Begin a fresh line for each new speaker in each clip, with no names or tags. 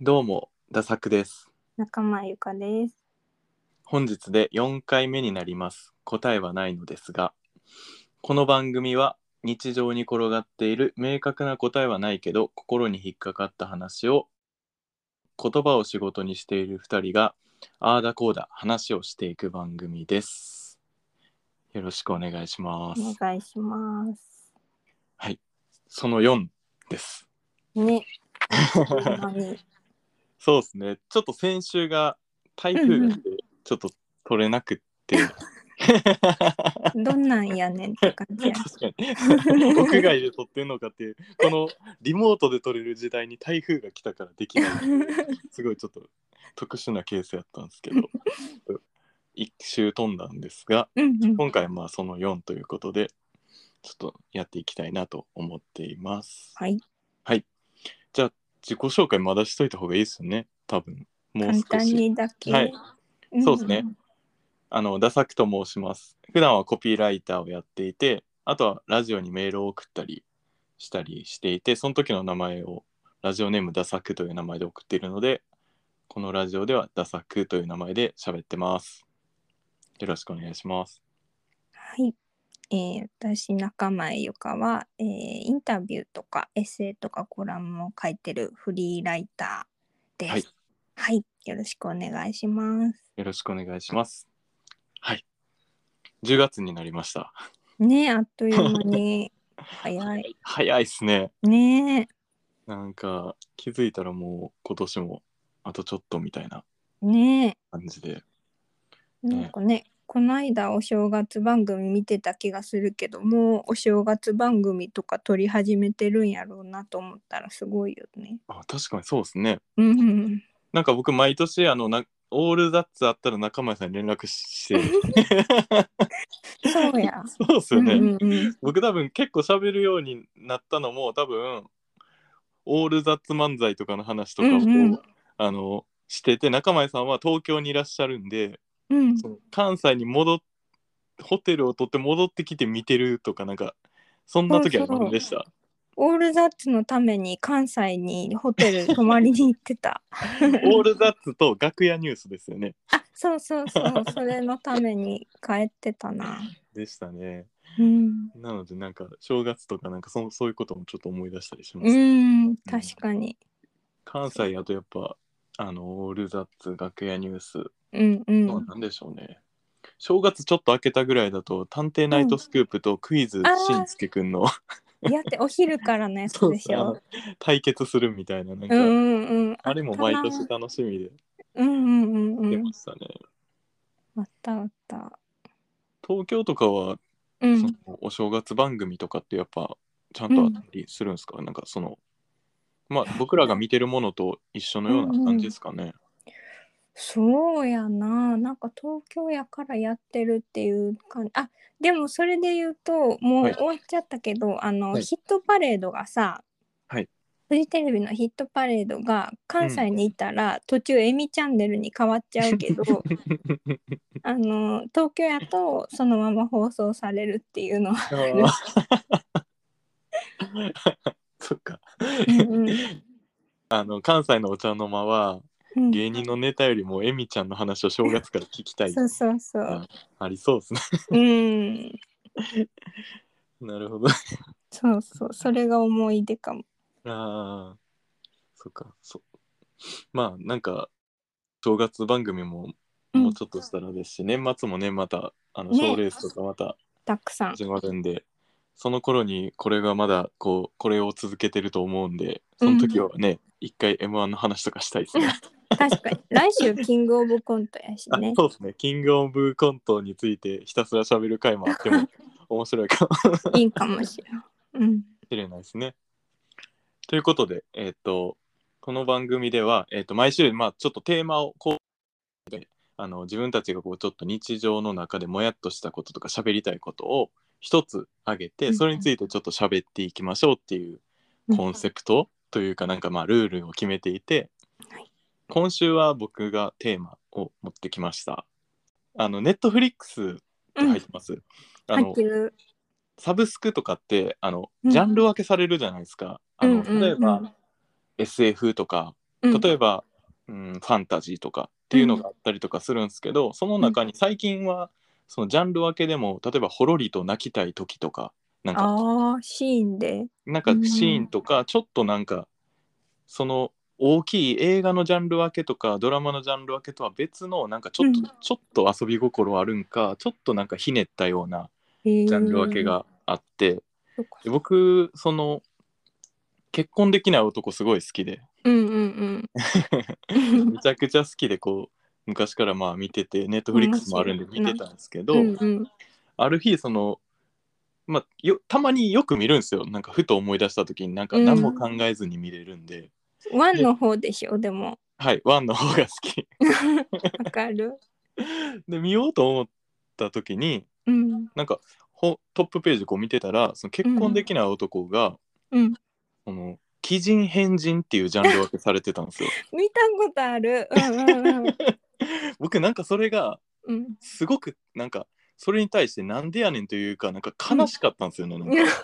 どうも、ダサクです。
仲間ゆかです。
本日で4回目になります。答えはないのですが、この番組は日常に転がっている明確な答えはないけど、心に引っかかった話を、言葉を仕事にしている2人が、あーだこうだ話をしていく番組です。よろしくお願いしま
お
す。
願いします。
その4です。
ね。ほんまに
そうですね。ちょっと先週が台風が来てちょっと取れなくって。
どんなんやねんって感 じや。
確かに屋外で撮ってんのかっていうこのリモートで撮れる時代に台風が来たからで きないすごいちょっと特殊なケースやったんですけど一周飛んだんですが
うんうん。
今回はまあその4ということでちょっとやっていきたいなと思っています
はい。
はいじゃあ自己紹介まだしといた方がいいですよね多分もう
簡
少
単
し
にだけ。
はい
ん
そうっすね。あのダサクと申します普段はコピーライターをやっていてあとはラジオにメールを送ったりしたりしていてその時の名前をラジオネームダサクという名前で送っているのでこのラジオではダサクという名前で喋ってますよろしくお願いします
はい。えー、私仲間ゆかは、えーインタビューとかエッセイとかコラムを書いてるフリーライターです。
はい
はい。よろしくお願いします。
よろしくお願いしますはい10月になりました
ねあっという間 に早い。
早いっすね
ね
なんか気づいたらもう今年もあとちょっとみたいな
ね
感じで
なんかね、この間お正月番組見てた気がするけど、もうお正月番組とか撮り始めてるんやろうなと思ったらすごいよね。
あ確かにそうですね
うんうん。
なんか僕毎年あのなオールザッツあったら仲間さんに連絡して
そうや。
そうっすよね、
うんうんうん。
僕多分結構喋るようになったのも多分オールザッツ漫才とかの話とかを、
うんうん
あのしてて仲間さんは東京にいらっしゃるんで
うん、
関西に戻っホテルを取って戻ってきて見てるとかなんかそんな時は
そうそう
何でした
オールザッツのために関西にホテル泊まりに行ってた。
オールザッツと楽屋ニュースですよね
あ、そうそうそう、それのために帰ってたな。
でしたね
うん。
なのでなんか正月とかなんかそそういうこともちょっと思い出したりしますね
うん、確かに。
関西やとやっぱあのオールザッツ楽屋ニュース、
うんう
まあ
ん。
なんでしょうね正月ちょっと明けたぐらいだと「探偵ナイトスクープ」と「クイズ
あー
しんすけくん」の
やってお昼からのやつ
そう
でし
あの
ょ。
対決するみたいななんか、
うんうんうん。
あれも毎年楽しみで
うんうんうんう
出
ん
ま。したね、
あったあった。
東京とかは、
う
そ
ん
の。お正月番組とかってやっぱちゃんとあったりするんですか、なんかそのまあ僕らが見てるものと一緒のような感じですかね、
そうやな。なんか東京やからやってるっていう感じ。あ、でもそれで言うと、も
はいう
終わっちゃったけど、あの、
はい
ヒットパレードがさ、
はい
フジテレビのヒットパレードが関西にいたら、途中エミチャンネルに変わっちゃ うけど、あの、東京やとそのまま放送されるっていうの は。
そっか
うん
あの関西のお茶の間は
うん
芸人のネタよりもエミちゃんの話を正月から聞きたい
そうそうそう。
ありそうですね
うん。
なるほど
そうそう。それが思い出かも。
あーそっかそまあなんか正月番組も
うん
もうちょっとしたらですし、年末もねまたあの
ね
賞レースとかまた
たくさん。
始まるんで、その頃にこれがまだこうこれを続けてると思うんでその時はね、一回 m 1の話とかしたいです ね
確かに来週キングオブコントやし
あ
ね
そうですね。キングオブコントについてひたすら喋る回もあっても面白いかもし
いいかもしれない、うん、
れないですね。ということで、えっ、と、この番組では、えっ、と、毎週、まあ、ちょっとテーマをこう、あの自分たちがこうちょっと日常の中でもやっとしたこととか喋りたいことを一つ挙げ
うんう
て
ん
それについてちょっと喋っていきましょうっていうコンセプトというかなんかまあルールを決めていて
はい
今週は僕がテーマを持ってきました。あのネットフリックスって入ってます、あ
入っ
の
てる
サブスクとかってあの
うん
ジャンル分けされるじゃないですか。あの例えば、
うんうんうん
SF とか
うん
例えば、うんファンタジーとかっていうのがあったりとかするんですけど、その中に最近はそのジャンル分けでも例えば「ほろりと泣きたい時」とかなんか
ああシーンで
なんかシーンとか、ちょっとなんかその大きい映画のジャンル分けとかドラマのジャンル分けとは別のなんかちょっと、
うん
ちょっと遊び心あるんかちょっとなんかひねったような
ジ
ジャンル分けがあって、
そっか
で僕その結婚できない男すごい好きで
うんうんうん
めちゃくちゃ好きでこう昔からまあ見ててネットフリックスもあるんで見てたんですけど、
うんうん
ある日その、まあ、よたまによく見るんですよなんかふと思い出した時になんか何も考えずに見れるんで、
ワンの方でしょでも
はいワンの方が好き。
わかる
で見ようと思った時に
うん
なんかほトップページこう見てたらその結婚できない男が、
うん
この鬼人変人っていうジャンル分けされてたんですよ。
見たことあるうんうんうん
僕なんかそれが
うん
すごくなんかそれに対してなんでやねんというかなんか悲しかったんですよね。なんか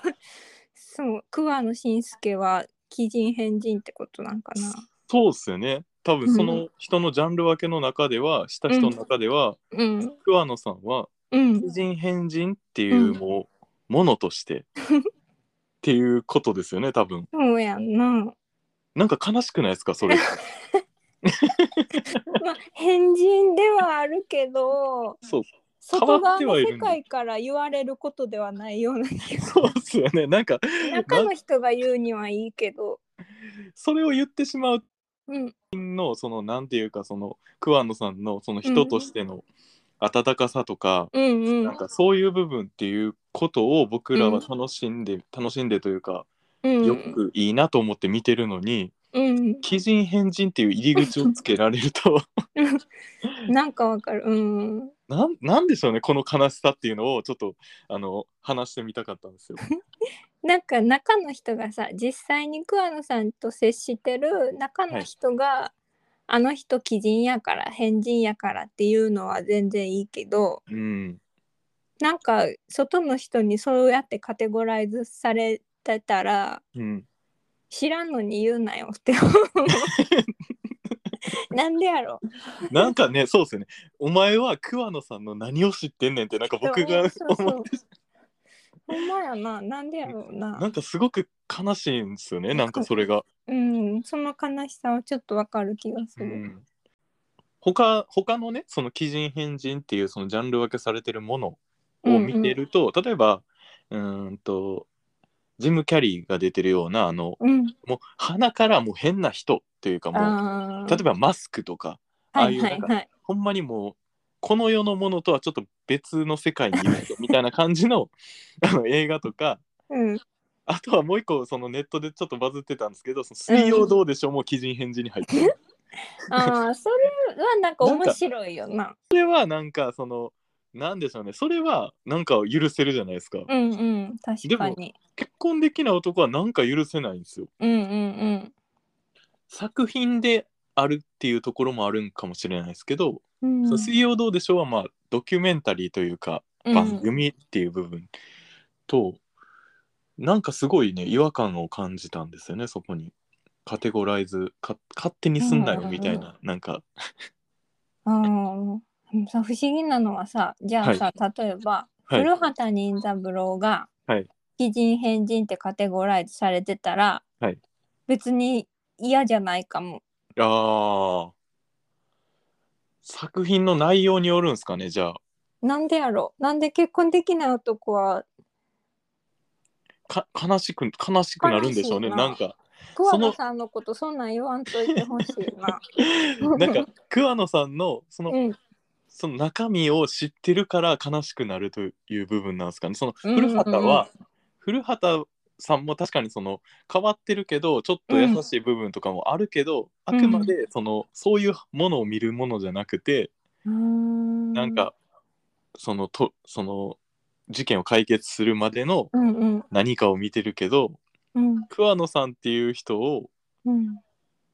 そう桑野信介は鬼人変人ってことなんかな
そうっすよね。多分そうの人のジャンル分けの中ではした人の中では、
うん
桑野さんは
うん
鬼人変人っていうもうものとしてっていうことですよね多分。
そうやんな
なんか悲しくないですかそれ。
まあ変人ではあるけど
そう
外側
変わっては
の
いる
世
んだ
界から言われることではないような気が
そうっすよね。なんか、
中の人が言うにはいいけど
それを言ってしまう
うん
の、その、なんていうか、その、桑野さんの、その人としての温かさとか、
うんう
なん
ん
かそういう部分っていうことを僕らは楽しんで、楽しんでというか、
うん
よくいいなと思って見てるのに、
うん
鬼人変人っていう入り口をつけられると、
なんかわかるうん
なん、なんでしょうね、この悲しさっていうのを、ちょっと、あの、話してみたかったんですよ。
なんか中の人がさ実際に桑野さんと接してる中の人が、あの人鬼人やから変人やからっていうのは全然いいけど
うん。
なんか外の人にそうやってカテゴライズされてたら
うん。
知らんのに言うなよって思う。なんでやろ
なんかね、そうですよね。お前は桑野さんの何を知ってんねんって、なんか僕が
そうそう
思って
ほんまやななんでやろう
な
なん
かすごく悲しいんですよね、なんかそれが。
うんその悲しさはちょっとわかる気がす
う
る
ん、他他のね、その鬼人変人っていうそのジャンル分けされてるものを見てると、例えば、うーんと、ジム・キャリーが出てるような、あの、
うん、
もう鼻からもう変な人というかも
あ
う、
あ
例えばマスクとか、ああいうなんか
はいはいはい
ほんまにもう、この世のものとはちょっと別の世界にいる人みたいな感じの あの映画とか、
うん
あとはもう一個そのネットでちょっとバズってたんですけど「その水曜どうでしょう」も鬼人返事に入ってる。
ああそれはなんか面白いよな。
それはなんかそのなんでしょうねそれはなんか許せるじゃないですか。
うんうん確かに。
結婚できない男はなんか許せないんですよ。
うんうん
作品であるっていうところもあるんかもしれないですけど「
うん。
そうの
ん
水曜どうでしょう」はまあドキュメンタリーというか
うん
番組っていう部分と、なんかすごいね違和感を感じたんですよねそこに。カテゴライズか勝手にすんなよみたいな、なんか
あーうんさ不思議なのはさじゃあさ、例えば、
はい
古畑任三郎が
はい
奇人変人ってカテゴライズされてたら、
はい
別に嫌じゃないかも。
ああ。作品の内容によるんすかね、じゃあ。
なんでやろなんで結婚できない男は
か悲しく、悲しくなるんでしょうね。
悲しい
な
なん
か、
桑野さんのことそんなん言わんといてほしいな。
なんか、桑野さんの、 その、
うん
その中身を知ってるから悲しくなるという部分なんですかね。その、
うんうんうん
古畑は、古畑さんも確かにその、変わってるけど、ちょっと優しい部分とかもあるけど、
うん
あくまで、その、そういうものを見るものじゃなくて、
な
なん、か、その、と、その、事件を解決するまでの
うんうん
何かを見てるけど
うん
桑野さんっていう人を
うん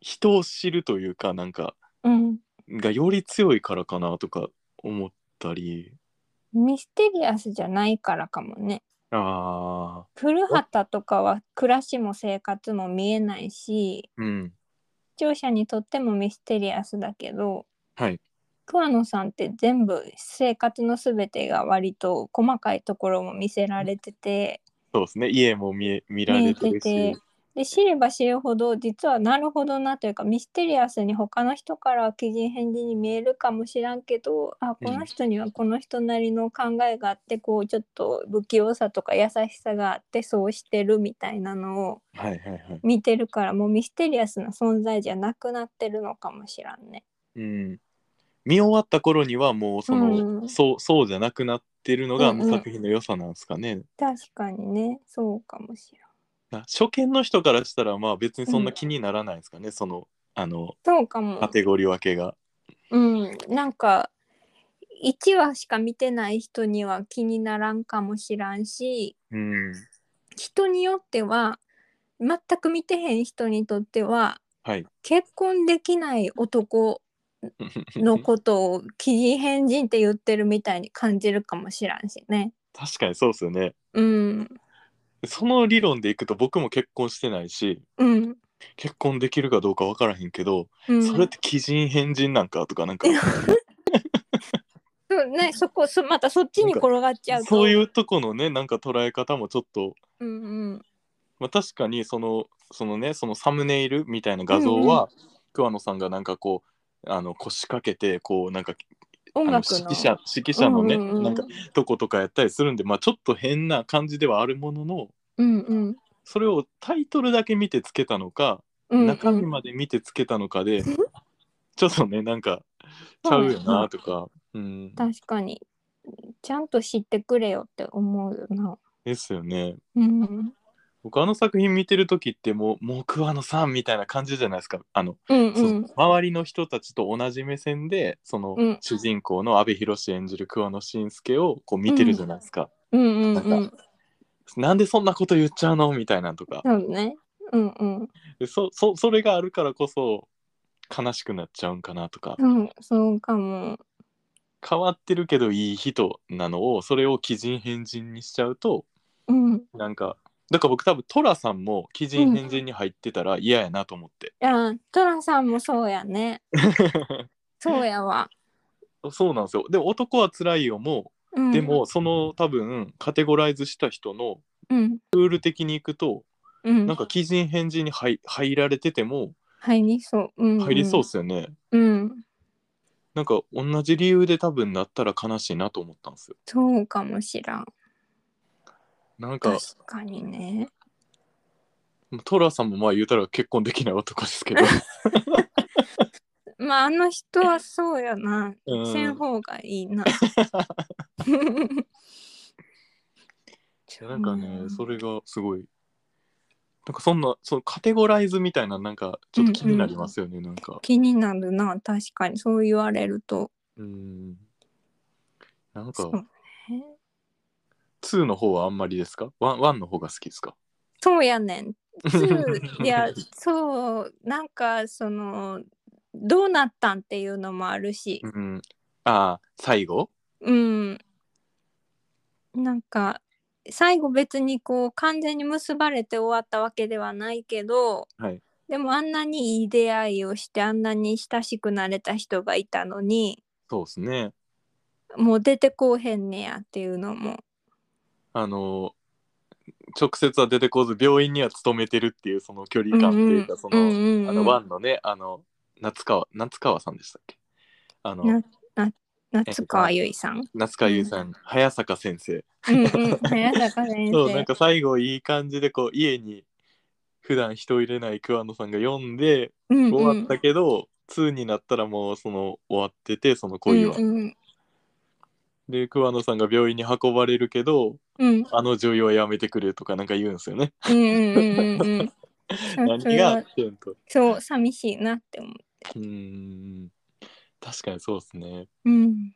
人を知るというかなんか
うん、
がより強いからかなとか思ったり
ミステリアスじゃないからかもね。
あ
古畑とかは暮らしも生活も見えないし
ーうん
聴者にとってもミステリアスだけど
はい。
桑野さんって全部生活のすべてが割と細かいところも見せられてて
そうですね。家も見え見ら
見え
れて
て
る
て
し。
で知れば知るほど実はなるほどなというかミステリアスに他の人からは奇人変人に見えるかもしらんけどあこの人にはこの人なりの考えがあってこうちょっと不器用さとか優しさがあってそうしてるみたいなのを
はいはいはい。
見てるからもうミステリアスな存在じゃなくなってるのかもしらんね。
うん。見終わった頃にはもうその、
うん
そうそうじゃなくなってるのが、あの
うんうん
作品の良さなんですかね。
確かにねそうかもしらん。
な初見の人からしたらまあ別にそんな気にならないですかね、そのあの
そうかも
カ。テゴリー分けが。
うん、なんか1話しか見てない人には気にならんかもしらんし
うん、
人によっては全く見てへん人にとっては
はい。
結婚できない男のことを奇人変人って言ってるみたいに感じるかもしらんしね。
確かにそうですよね。
うん、
その理論でいくと僕も結婚してないし
うん、
結婚できるかどうか分からへんけど、
うん、
それって奇人変人なんかとかなん か
そうねそこそまたそっちに転がっちゃうと、
そういううとこのねなんか捉え方もちょっと、
うんうん、
まあ、確かにそのそのねそのサムネイルみたいな画像
うんう
は、桑野さんがなんかこうあの腰掛けてこうなんかあ
音
の
楽の
指揮者指揮者のね、
うんうんうん
なんかとことかやったりするんで、まあ、ちょっと変な感じではあるものの
うんうん
それをタイトルだけ見てつけたのか、
うんうん、
中身まで見てつけたのかで、ちょっとねなんかちゃうよなとか、うん、
確かにちゃんと知ってくれよって思うよな。
ですよね。
うん、
僕あの作品見てる時ってもう「もう桑野さん」みたいな感じじゃないですかあの、
うん
そう
うん
周りの人たちと同じ目線でその、
うん
主人公の阿部寛演じる桑野伸介をこう見てるじゃないですか。
うんうんう
なん
ん
なんでそんなこと言っちゃうのみたいなとか
そうねうんうん
でそそそれがあるからこそ悲しくなっちゃうんかなとか
うんそうかも
変わってるけどいい人なのをそれを鬼人変人にしちゃうと
うん
なんかだから僕多分寅さんも鬼人変人に入ってたら嫌やなと思って、
いやトラさんもそうやねそうやわ、
そうなんですよで男は辛いよも
うん、
でもその多分カテゴライズした人の
うん
ルール的にいくと
うん
なんか鬼人変人に入入られてても
入りそう、うんうん、
入りそうっすよね、
うん
なんか同じ理由で多分なったら悲しいなと思ったんですよ
そうかもしらん
なんか
確かにね
寅さんもまあ言うたら結婚できない男です けど
まああの人はそうやな、
うん
せん方がい いな
なんかね、
うん
それがすごいなんかそんなそのカテゴライズみたいななんかちょっと気になりますよね、なんか
気になるな確かにそう言われると
うんなん
そ
か
うね
2の方はあんまりですか 1, 1の方が好きですか
そうや ねん2いやそうなんかそのどうなったんっていうのもあるし
うんああ最後
うんなんか最後別にこう完全に結ばれて終わったわけではないけど、
はい
でもあんなにいい出会いをしてあんなに親しくなれた人がいたのに
そうですね
もう出てこうへんねやっていうのも
あの直接は出てこず病院には勤めてるっていうその距離感っていうか、その、
うんうんうん
あの1のねあの夏川夏川さんでしたっけあの
な夏川由衣さん。
夏川優さん、早坂先生
うんうん、早坂先
そうなん
生。
か最後いい感じでこう家に普段人入れない桑野さんが読んで
うんうん
終わったけど、2になったらもうその終わっててその恋は、
うんうん
で桑野さんが病院に運ばれるけど
うん
あの女優はやめてくれとかなんか言うんですよ ね
うんうんうん うん。
何
それ
があっ
は
てんと
そう寂しいなって思
うーん確かにそうですね
う。うん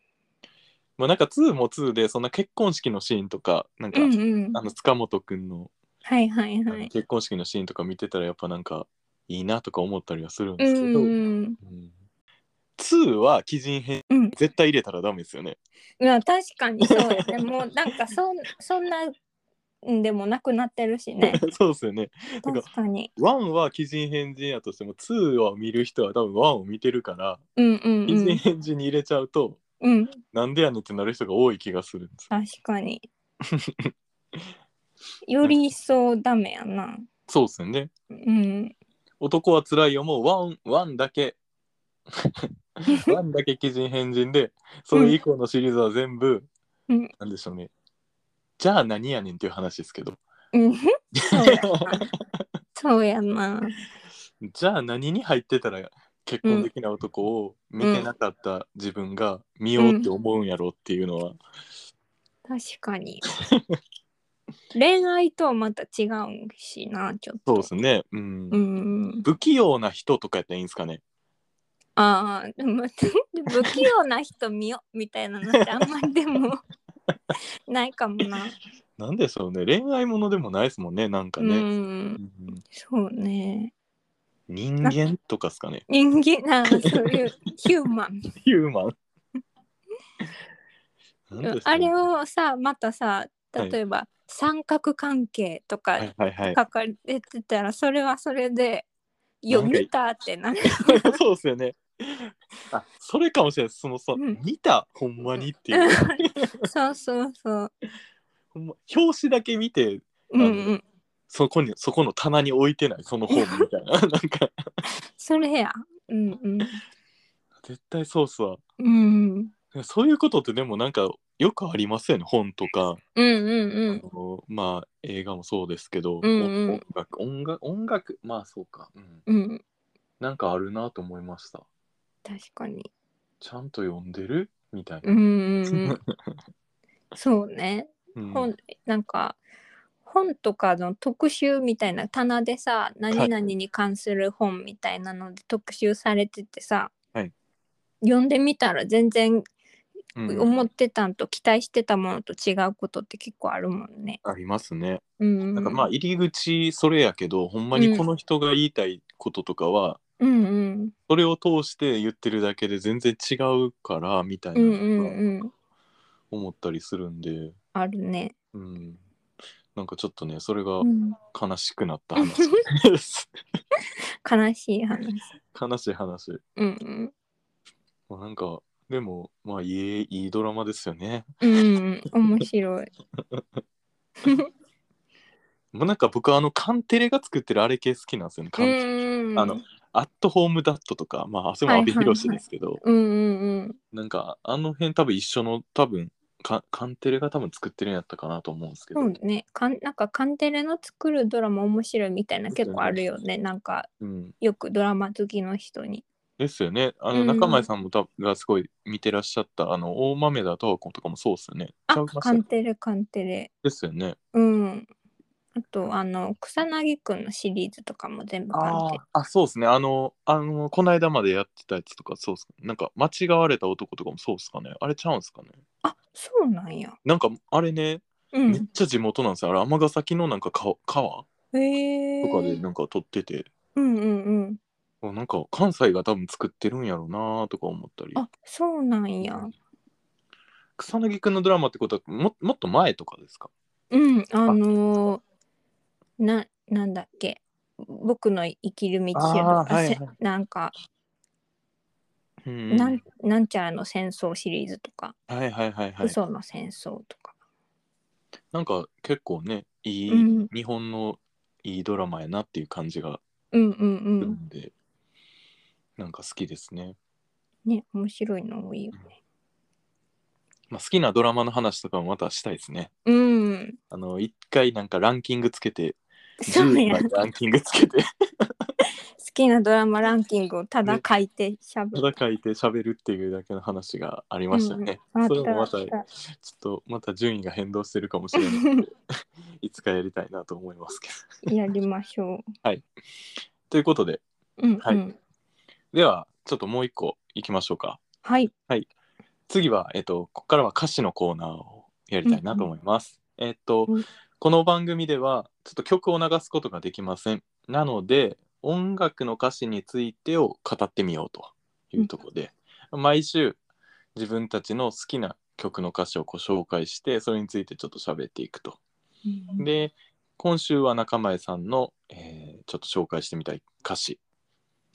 まあなんか2も2でそんな結婚式のシーンとかなんか、
うんうん。
あの塚本くんの
はいはいはい。
結婚式のシーンとか見てたらやっぱなんかいいなとか思ったりはするん
う
ですけ
ん
ど、
うん
うん2は鬼人編
うん。
絶対入れたらダメですよね。
まあ確かにそうやね。もうなんかそんそんなでもなくなってるしね
そうですよね。てか
確かに
1は鬼人変人やとしても2は見る人は多分1を見てるから
うんうん
鬼
う
人
ん、
変人に入れちゃうと、
うん、
なんでやねんってなる人が多い気がするんです。
確 かにより一層ダメやな
そうですよね。
うん
男は辛いよもう1、1だけ。1だけ鬼人変人で、それ以降のシリーズは全部、
うん
なんでしょうね。じゃあ何やねんっていう話ですけど。
うんそ うやなそうやな
じゃあ何に入ってたら結婚できない男を見てなかった自分が見ようって思うんやろっていうのは、
確かに恋愛とはまた違うしなちょっ
そう
と
ですね、うん
うん
不器用な人とかやったらいいんですかね
ああでも不器用な人見よみたいなのってあんまり でもないかもな、
なんでしょうね恋愛ものでもないですもんねなんか
う
ね、
ん
うん
そうね
人間とかですかね
人間なそういうヒューマン
ヒューマンなんでしょう
あれをさまたさ例えば、三角関係とか
はいはいはい
書かれてたらそれはそれでよ
なんか
見たっ てなる
そうですよねあそれかもしれないそのさ、
うん
見たほんまにっていう、
そうそうそう
ほんま表紙だけ見て
うんう
あの
ん
そこにそこの棚に置いてないその本みたい ななんか
それやうんうん
絶対そうっすわ
うん
そういうことってでもなんかよくありますよね本とか、
うんうんうん
あのまあ映画もそうですけど、
うんうん
お音楽音楽音楽まあそうか、うん、
うん
なんかあるなと思いました
確かに
ちゃんと読んでるみたいな、
うんうんうん そうね
うん
本、なんか本とかの特集みたいな棚でさ何々に関する本みたいなので特集されててさ、
はい
読んでみたら全然
うん
思ってたんと期待してたものと違うことって結構あるもんね。
ありますね、
うん、
なんかまあ入り口それやけどほんまにこの人が言いたいこととかは、
うんうん
それを通して言ってるだけで全然違うからみたいな
う
の
ん
が
うんうん
思ったりするんで、
あるね。
うん、なんかちょっとねそれが
うん
悲しくなった 話です、
悲しい話。
悲しい話
うん
まあなんかでもまあいいいいドラマですよね
うんうんうん面白い。
もうなんか僕あのカンテレが作ってるあれ系好きなんですよね、カン
うん
あのアットホームダットとかまあそれも阿部寛ですけど、
うんうんうん
なんかあの辺多分一緒の多分かカンテレが多分作ってるんやったかなと思うんですけど、
そうねかんなんかカンテレの作るドラマ面白いみたいな結構あるよねなんか
うん
よくドラマ好きの人に。
ですよねあ
う
の
ん
中前さんもたがすごい見てらっしゃったあの大豆田十和子とかもそうですよねちゃ
あ
いました
カンテレカンテレ。
ですよね
うん。あとあの草薙くんのシリーズとかも全部カン
あ
テ
ーあそうですねあのあのこの間までやってたやつとかそうっすかなんか間違われた男とかもそうっすかねあれちゃうんすかね
レ。あそうなんや。
なんかあれね、
う
めっ
ん。
ちゃ地元なんですよあれ尼崎のなんか川川
へえ。
とかでなんか撮ってて、
うんうんうん。
あなんか関西が多分作ってるんやろうなとか思ったり
あそうなんや。
草薙くんのドラマってことはももっと前とかですか
うんあのー、ななんだっけ僕の生きる道や
あーはいはい
なんか、
うん
なんなんちゃらの戦争シリーズとか。
はいはいはいはい
嘘の戦争とか。
なんか結構ねいい、
うん
日本のいいドラマやなっていう感じが
うんうんう
する
ん。
んで、なんか好きですね
ね、面白いの多いよね。
まあ、好きなドラマの話とかもまたしたいですね。
うん。
あの一回なんかランキングつけて
そう
10
や。
枚
好
ランキングつけて
きなドラマランキングをただ書いてしゃべる。
戦いて喋るっていうだけの話がありましたね。
うんあっ
それもまた
た
ち
あ
ょ
っ
ったとまた順位が変動してるかもしれない のでいつかやりたいなと思いますけど。
やりましょ
ということで
う。うん、うん。
は
はいい。
ではちょっともう一個いきましょうか。
はい。
次は、えっと、ここからは歌詞のコーナーをやりたいなと思います。えっと、
うん
この番組ではちょっと曲を流すことができません。なので、音楽の歌詞についてを語ってみようというところで、毎週自分たちの好きな曲の歌詞をご紹介して、それについてちょっと喋っていくと
うん
で今週は中前さんの、えーちょっと紹介してみたい歌詞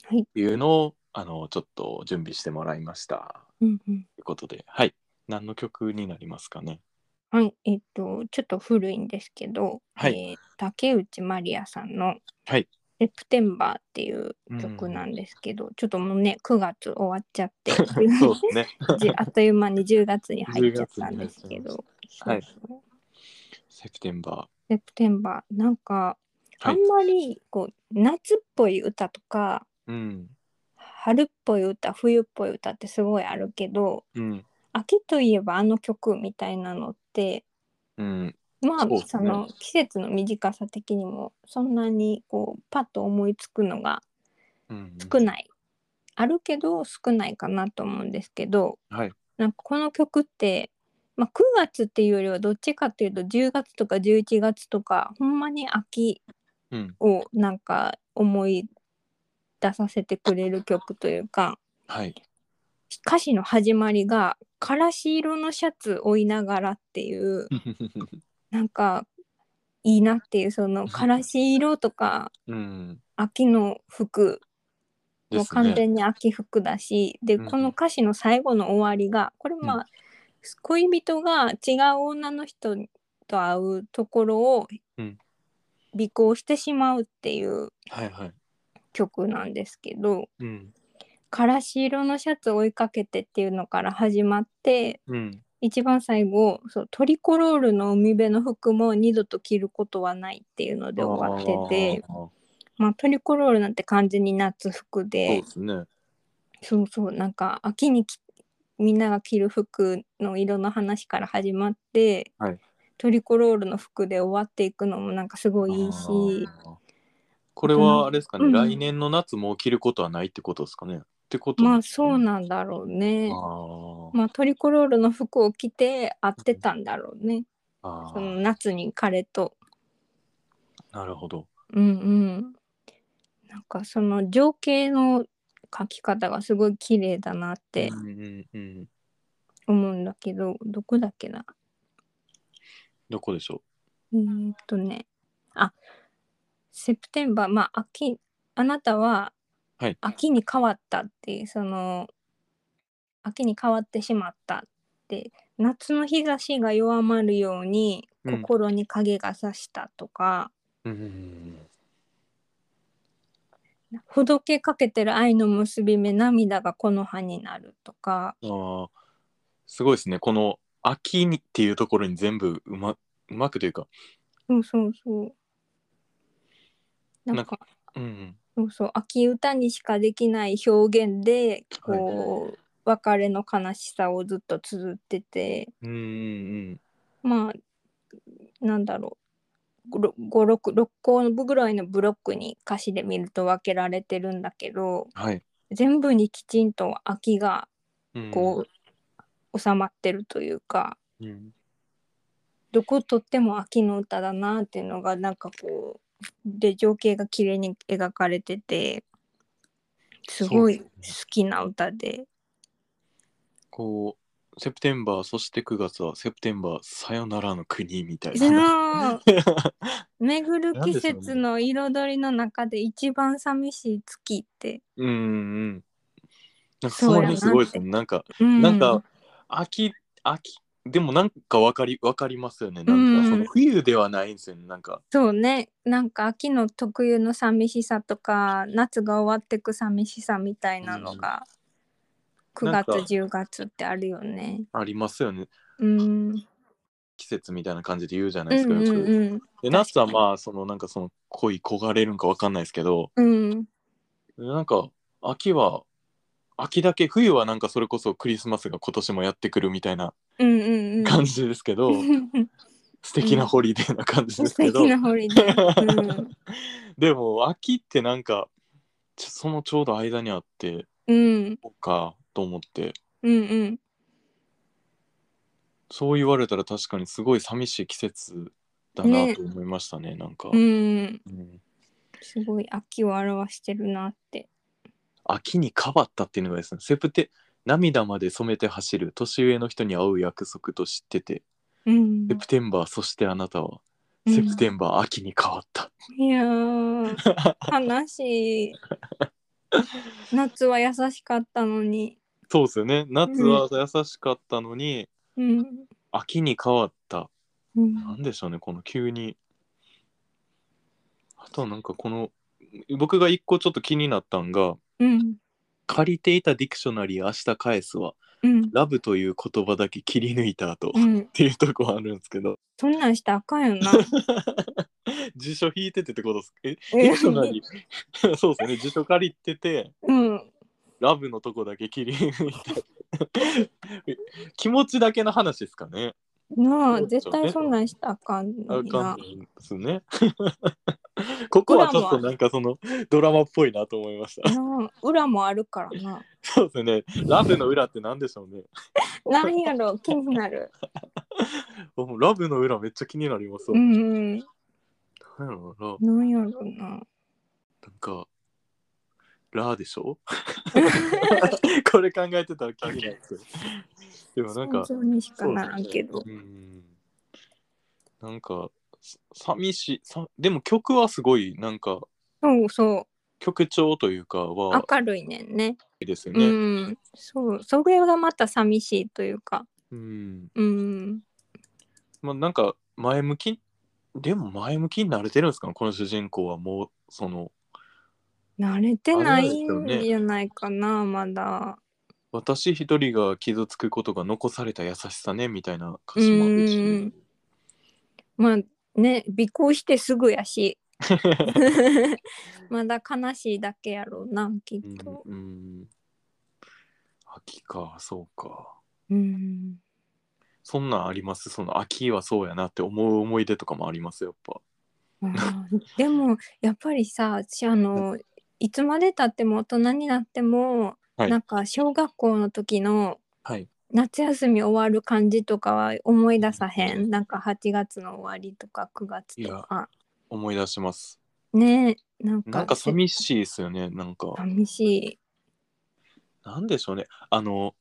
はい
っていうのを、あのちょっと準備してもらいました
うんうん
ということではい何の曲になりますかね
はい、えっ、と、ちょっと古いんですけど、
はい
えー竹内まりやさんの、
はい
セプテンバーっていう曲なんですけど、ちょっともうね、9月終わっちゃって、
そうですね
じあっという間に10月に入っちゃったんですけ
10
ど、
はい
そうそう
セプテンバ
セプテンバー、なんか、
は
あ
い
んまりこう夏っぽい歌とか、
ーうん
春っぽい歌、冬っぽい歌ってすごいあるけど、
うん
秋といえばあの曲みたいなのって、
うん
まあ
そう
そ,、
ですね
の季節の短さ的にもそんなにこうパッと思いつくのが
うん
少ない、あるけど少ないかなと思うんですけど
はい
なんかこの曲って、まあ、9月っていうよりはどっちかっていうと10月とか11月とかほんまに秋
うん
をなんか思い出させてくれる曲というか
はい
歌詞の始まりが「からし色のシャツをいながら」っていう。なんかいいなっていうそのからし色とか
うん
秋の服もう
です
完
ね
全に秋服だしで,、
うんうん
この歌詞の最後の終わりがこれまあ、
う
恋人が違う女の人と会うところを
うん
尾行してしまうっていう
はいはい
曲なんですけど
うん
からし色のシャツ追いかけてっていうのから始まって
うん
一番最後そうトリコロールの海辺の服も二度と着ることはないっていうので終わってて
あーそ
まあ、トリコロールなんて完全に夏服
うで
で
すね
そうそうなんか秋にきみんなが着る服の色の話から始まって、
はい
トリコロールの服で終わっていくのもなんかすごいいいし
あーこれはあれですかね、
うん
来年の夏も着ることはないってことですかねってこと
まあそう
ね
なんだろうね
あ。ー
まあ、トリコロールの服を着て会ってたんだろうね。
あ
その
ー
夏に彼と
なるほど
うんうん。なんかその情景の描き方がすごい綺麗だなって
うんうんうん、
思うんだけど、どこだっけな。
どこでしょ
うーんとね。あ、セプテンバー、まあ秋、あなたは
はい
秋に変わったっていう、その秋に変わってしまったって、夏の日差しが弱まるように
うん
心に影がさしたとか、
う、うん、
ほどけかけてる愛の結び目涙がこの葉になるとか
あーすごいですねこの秋にっていうところに全部うまうまくというか、
そうそうそうなんか
なんうん
そうそう秋歌にしかできない表現でこう、別れの悲しさをずっと綴ってて
うん、うんうん
まあなんだろう56個ぐらいのブロックに歌詞で見ると分けられてるんだけど
はい、
全部にきちんと秋が
うん、
こう、収まってるというか。
う、ん、
どこ撮っても秋の歌だなっていうのがなんかこうで情景が綺麗に描かれててすごい
そ
好
うです
きな歌で
こうセプテンバーそして9月はセプテンバーさよならの国みたい
そ
な
の巡る季節の彩りの中で一番寂しい月って、
うんうんなんかその辺すごいですねなんか
うん、
なんか秋秋でもなんかわかりわかりますよねな
うんん
かその冬ではないんですよねなんか
そうねなんか秋の特有の寂しさとか夏が終わってく寂しさみたいなのが
うん
9
なん
月
か
10月ってあるよね。
ありますよね
うん、
季節みたいな感じで言うじゃな
う
い
ん
ですか、
うん
よく
うん
で夏はまあそのなんかその恋焦がれるんかわかんないですけど
うん
なんか秋は秋だけ冬はなんかそれこそクリスマスが今年もやってくるみたいな
うんうんうん
感じですけど、素敵なホリデーな感じです
素
けど、
敵なホリデー。
でも秋ってなんかちょそのちょうど間にあって
うん、うん、
そうかと思って
うん、うん、
そう言われたら確かにすごい寂しい季節だなと思いましたねなんか、
うん、
うん
すごい秋を表してるなって。
秋に変わったっていうのがですねセプテ涙まで染めて走る年上の人に会う約束と知ってて
うん
セ、プテンバーそしてあなたは
うん
セプテンバー秋に変わった。
いやー悲しい夏は優しかったのに
そうですよね。夏は優しかったのに、
うん、
秋に変わった。
うん、
なんでしょうね、この急に。あとなんかこの、僕が一個ちょっと気になったんが、
うん
借りていたディクショナリー明日返すは、
うん
ラブという言葉だけ切り抜いた後、
う
っ
ん
ていうとこはあるんですけど、
そんなんしたらあかんよな
辞書引いててってことですかえ、
え
ディクショナリー、 そうですね、辞書借りてて、
うん
ラブのとこだけ切り抜いた。 気持ちだけの話ですかね。
なあ
そうです
絶
よね
対そんなんしたらあかんの
あ
に
か
なん
ないですね。 ここはちょっとなんかそのドラマっぽいなと思いました。
なあ裏もあるからな
そうですね。ラブの裏って何でしょうね。
なんやろ気になる
もうラブの裏めっちゃ気になりますわ。
うんうん
なんやろうな。
なんやろな
なんか、ラーでし ょこれ考えてたら気になるんですよ。でもなんか、
想像にしか
そうで
な
す
らんけど
ねうん。なんか、さ寂しい。さでも曲はすごい、なんか、
そうそ
曲調というか
う
は、
明るいねんね
いいですよ
う
ね。
んそうそれがまた寂しいというか
うん。
うん
まあ、なんか、前向き、でも前向きに慣れてるんですかねこの主人公はもう、その、
慣れてない
あれなん
ん
ですよね
じゃないかな、まだ。
私一人が傷つくことが残された優しさねみたいな歌詞もある
う
し
んまあね、尾行してすぐや し。まだ悲しいだけやろうな、きっと。
うんうん秋かそうか
うん。
そんなんありますその秋はそうやなって思う思い出とかもありますやっぱ
まあでも、やっぱりさ、私あの、いつまでたっても大人になっても、
はい
なんか小学校の時の
はい
夏休み終わる感じとかは思い出さへん。なんか8月の終わりとか9月とか。
思い出します
ねえ、なんか。
なんか寂しいですよねなんか
寂しい。
なんでしょうねあの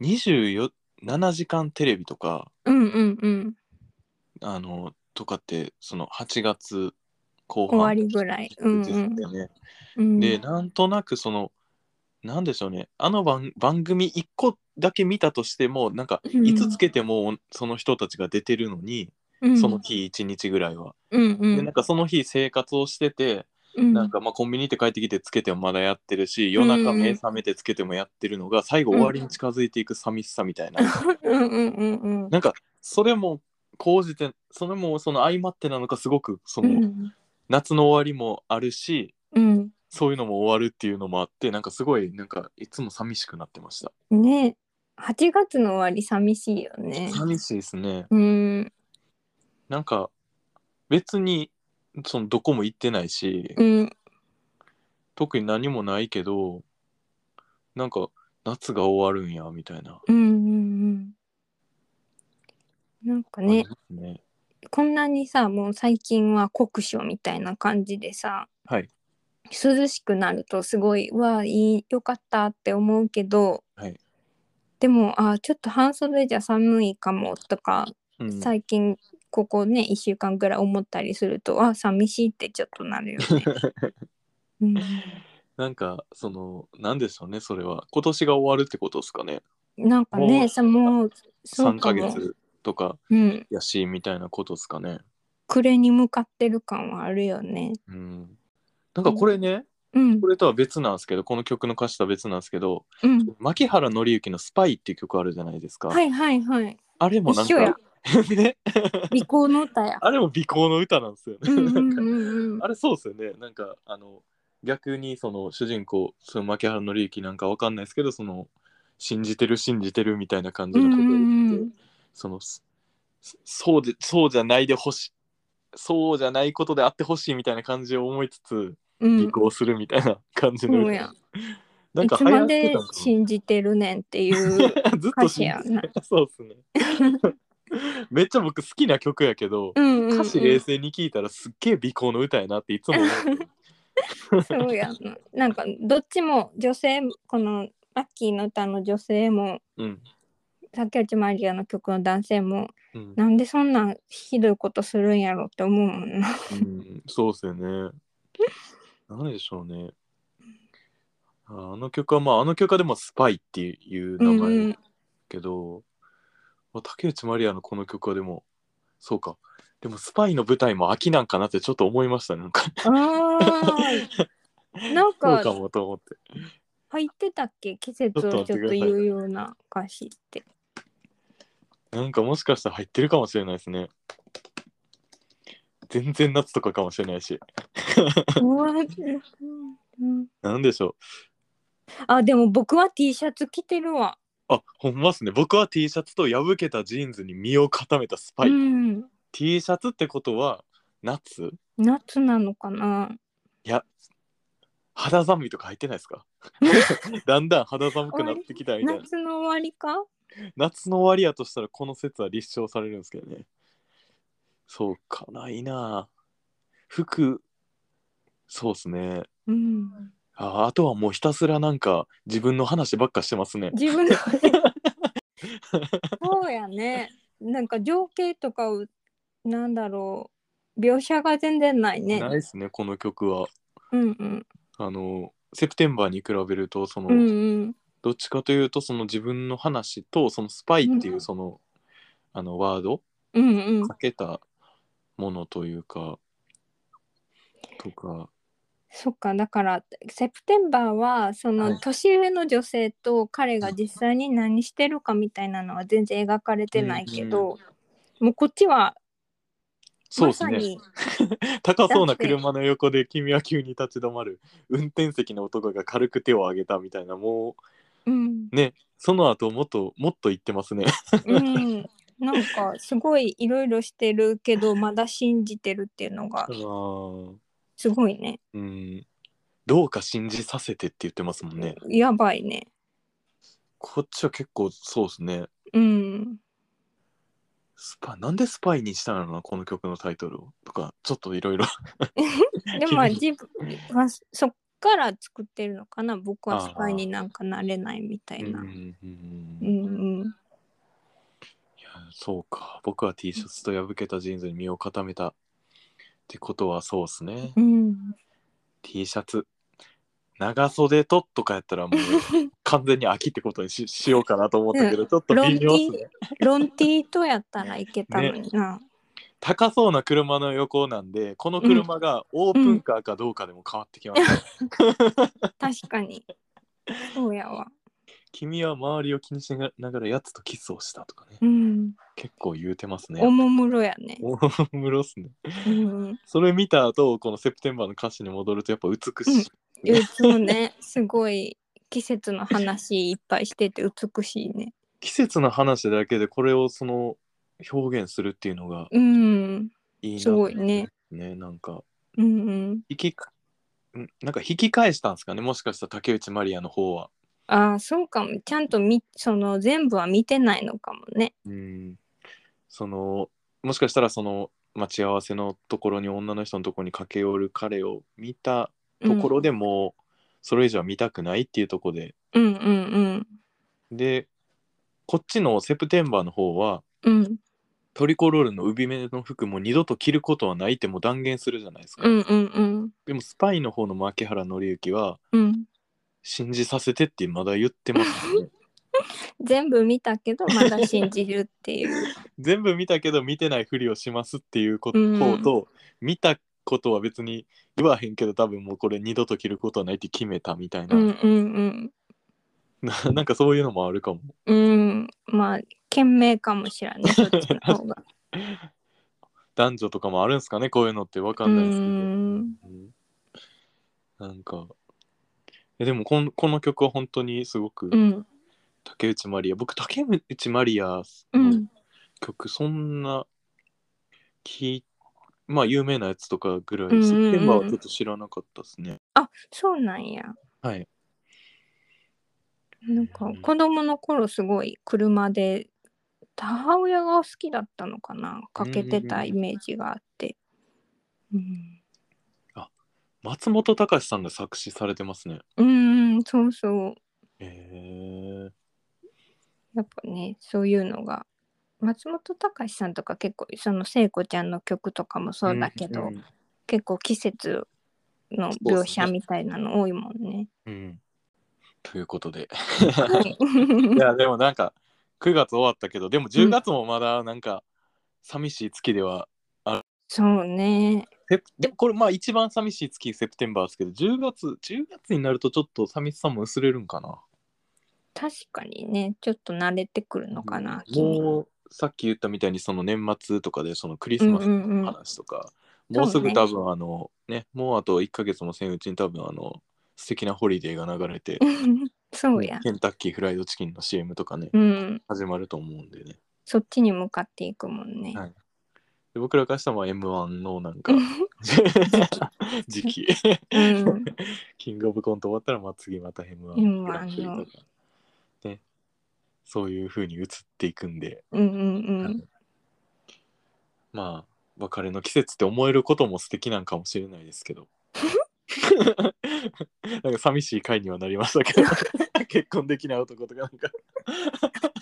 24 7時間テレビとか
うんうんうん。
あのとかってその8月後半
終わりぐらいうんうん
ですよね
うん、
でなんとなくそのなんでしょうねあの番番組1個だけ見たとしてもなんか
うん
いつつけてもその人たちが出てるのに、
うん、
その日1日ぐらいは、
うんう
でなんかその日生活をしてて、
ん、
なんかまあコンビニ行って帰ってきてつけてもまだやってるし夜中目覚めてつけてもやってるのが最後終わりに近づいていく寂しさみたいな、
うんうんうんうん
なんかそれも講じてそれもその相まってなのかすごくそうの、
ん
夏の終わりもあるし、
うん
そういうのも終わるっていうのもあってなんかすごいなんかいつも寂しくなってました。
うんね8月の終わり寂しいよね
寂しいですね。
うん
なんか別にそのどこも行ってないし、
うん
特に何もないけどなんか夏が終わるんやみたいな。
うんうんうんなんかね、
ありますね
こんなにさもう最近は酷暑みたいな感じでさ、
はい
涼しくなるとすごいうわいいよかったって思うけど、
はい
でもあちょっと半袖じゃ寒いかもとか
うん、
最近ここね1週間ぐらい思ったりするとあ寂しいってちょっとなるよ ね。うん、
なんかそのなんでしょうねそれは今年が終わるってことですかね
なんか
も
ね
う
さもうそう
3
か
ヶ
も、
月とか
うん、
やしみたいなことですかね。
暮れに向かってる感はあるよね。
うん、なんかこれね、
うん
これとは別なんですけどこの曲の歌詞とは別なんですけど、
うん、
牧原紀之の「スパイ」っていう曲あるじゃないですか、
はいは いはい
あれもなん
一緒や
かね
尾行の歌や。
あれも美行の歌なんですよね、
うんう
なん
ん
か
うんうん
あれそうですよねなんかあの逆にその主人公その牧原紀之なんかわかんないですけどその信じてる信じてるみたいな感じのことを言って、
うんうんうん
そのすそうでそうじゃないでほしいそうじゃないことであってほしいみたいな感じを思いつつ
うん
尾行するみたいな感じの
そ
歌、
うや
なん
い
か
つ
流行
ま
って
で
たんかな
信じてるねんってい う
ずっと
歌
信
詞
じ
やな。
そうですね。めっちゃ僕好きな曲やけど、
うんうん、うん、
歌詞冷静に聞いたらすっげえ美行の歌やなっていつも 思う。
そうやな。なんかどっちも女性このマッキーの歌の女性も
うん、
竹内まりやの曲の男性も
うん
なんでそんなんひどいことするんやろって思うも んな。
うん、そうっすよね。なんでしょうね。ああの曲はまああの曲はでも「スパイ」っていう名
うんう
前
ん
だけど、まあ竹内まりやのこの曲はでもそうかでも「スパイ」の舞台も秋なんかなってちょっと思いましたねなんか
あーなん
そ
か
うかもと思って
入ってたっけ季節をちょっと言うような歌詞って。
なんかもしかしたら入ってるかもしれないですね全然夏とかかもしれないし
うわうんうん
なんでしょう
あでも僕は T シャツ着てるわ。
あほんまっすね僕は T シャツと破けたジーンズに身を固めたスパイ、
うん
T シャツってことは夏
夏なのかな。
いや肌寒いとか入ってないです かだんだん肌寒くなってきたみたいな
夏の終わりか。
夏の終わりやとしたらこの説は立証されるんですけどねそうかないな服そうっすね
うん。
ああとはもうひたすらなんか自分の話ばっかしてますね
自分の。そうやね。なんか情景とかを。なんだろう。描写が全然ないね。
ないっすねこの曲は
うんうん。
あのセプテンバーに比べるとその、
うんうん。
どっちかというとその自分の話とそのスパイっていううんその、あのワード
うんうん
か。けたものというかとか
そっかだからセプテンバーはそ
は
の
い
年上の女性と彼が実際に何してるかみたいなのは全然描かれてないけど、もうこっちは
そう
ま
です
さ
ね
に
高そうな車の横で君は急に立ち止まる運転席の男が軽く手を挙げたみたいなも
うん、
うねその後もっともっと言ってますね
うん、なんかすごいいろいろしてるけどまだ信じてるっていうのが
あー
すごいね
うんどうか信じさせてって言ってますもんね
やばいね
こっちは結構そうですね
うん
スパなんでスパイにしたのかなこの曲のタイトルをとかちょっといろいろ
でもまあ自分はそっから作ってるのかな僕はスパイになんかなれないみたいなう
い
んうん
やそうか僕は T シャツと破けたジーンズに身を固めたってことはそうっす ね、
うん、
T シャツ長袖ととかやったらもう完全に秋ってことに ししようかなと思ったけど、ちょっと
ロン
微
テ
妙っす
ィ
ね
ロンティーとやったらいけたのにな。
高そうな車の横なんでこの車がオープンカーかどうかでも変わってきます、
確かに。そうやわ。
君は周りを気にしながらやつとキスをしたとかね
うん。
結構言うてます
お
ね
もむろやね。
おむろっすね
うん。
それ見た後このセプテンバーの歌詞に戻るとやっぱ美しい、
いつもね、すごい季節の話いっぱいしてて美しいね。
季節の話だけでこれをその表現するっていうのが
うん。
いいな
すごいね。
ねなんか
うんうん。
引きかんなんか引き返したんですかねもしかしたら竹内まりやの方は
ああ、そうかも。ちゃんとみその全部は見てないのかもね。
うんそのもしかしたらその待ち合わせのところに女の人のところに駆け寄る彼を見たところでもうそれ以上は見たくないっていうところで、
うんうんうん
でこっちのセプテンバーの方は
うん。うん
トリコロールの海辺の服も二度と着ることはないってもう断言するじゃないですか、
うんうんうん。
でもスパイの方の牧原紀之は
うん、
信じさせてってまだ言ってます もんね
全部見たけどまだ信じるっ ていう。
全部見たけど見てないふりをしますっていうこ
うん
方と、見たことは別に言わへんけど多分もうこれ二度と着ることはないって決めたみたいな、
うんうんうん。
な なんかそういうのもあるかも
うん、まあ、賢明かもしれない、そっちの方が。
男女とかもあるんですかねこういうのって わか
うん
ないですけど。
ん、
うんなんかえでもこんこの曲は本当にすごく
うん、
竹内まりや僕竹内まりや
う
の
ん、
曲そんな聞いまあ有名なやつとかぐらい、
うんうんうん
セプテンバーはちょっと知らなかったですね
そうなんや。
はい
なんか、子供の頃すごい車で。母親が好きだったのかな、かけてたイメージがあって。うん、
松本隆さんが作詞されてますね
うん、そうそう。
へえ
やっぱねそういうのが松本隆さんとか結構その聖子ちゃんの曲とかもそうだけど、
うん
結構季節の描写みたいなの多いもんね。
うんうんということ で
はい
い やでもなんか9月終わったけどでも10月もまだなんか寂しい月では、
そうね。
せでもこれまあ一番寂しい月セプテンバーですけど10月10月になるとちょっと寂しさも薄れるんかな
確かにねちょっと慣れてくるのか
う
な、
ん
君
もうさっき言ったみたいにその年末とかでそのクリス
うん
マ
う
スの
んうん
話とか、
そうね
もうすぐ多分あのねもうあと1ヶ月もせんうちに多分あの素敵なホリデーが流れて、
そうや
ケンタッキーフライドチキンの CM とかね、
うん
始まると思うんでね
そっちに向かっていくもんね、
はいで僕らからしたらまあ m 1のなんか 時期
うん
キングオブコント終わったら、まあ、次また M1
M1
グランプリとか、ね、そういう風に移っていくんで、
うんうんうん
まあ別れの季節って思えることも素敵なんかもしれないですけど なんか寂しい回にはなりました けど結婚できない男とかなんか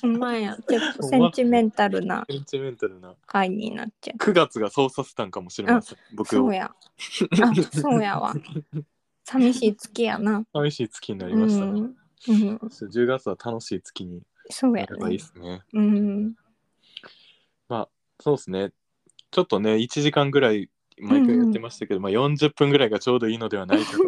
ほんまやちょっとセンチメンタルな
センチメンタルな
回になっちゃ
9月がそうさせたんかもしれません
う
僕
そう
を
やあそうやわ寂しい月やな
寂しい月になり
う
ま
ん
した、ね
うん、
10月は楽しい月に
そう
な
や
ればい
ね
いですね
うん
そうですね。ちょっとね、1時間ぐらい毎回やってましたけど、まあ40分ぐらいがちょうどいいのではないかと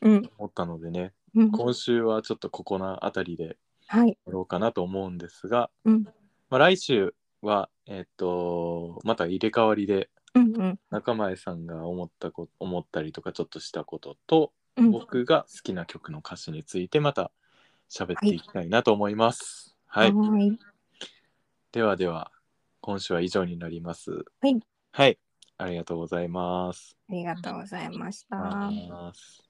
うん
思ったので ね、
うん
今週はちょっとここのあたりでや
はい
ろうかなと思うんですが、
うん
まあ、来週は、えっと、また入れ替わりで、
うんうん
中前さんが思ったこ思ったりとかちょっとしたことと、
うん
僕が好きな曲の歌詞についてまた喋っていきたいなと思います。はい
はい
ではでは今週は以上になります。
はい、
はい、ありがとうございます。
ありがとうございました、
ありがとうございます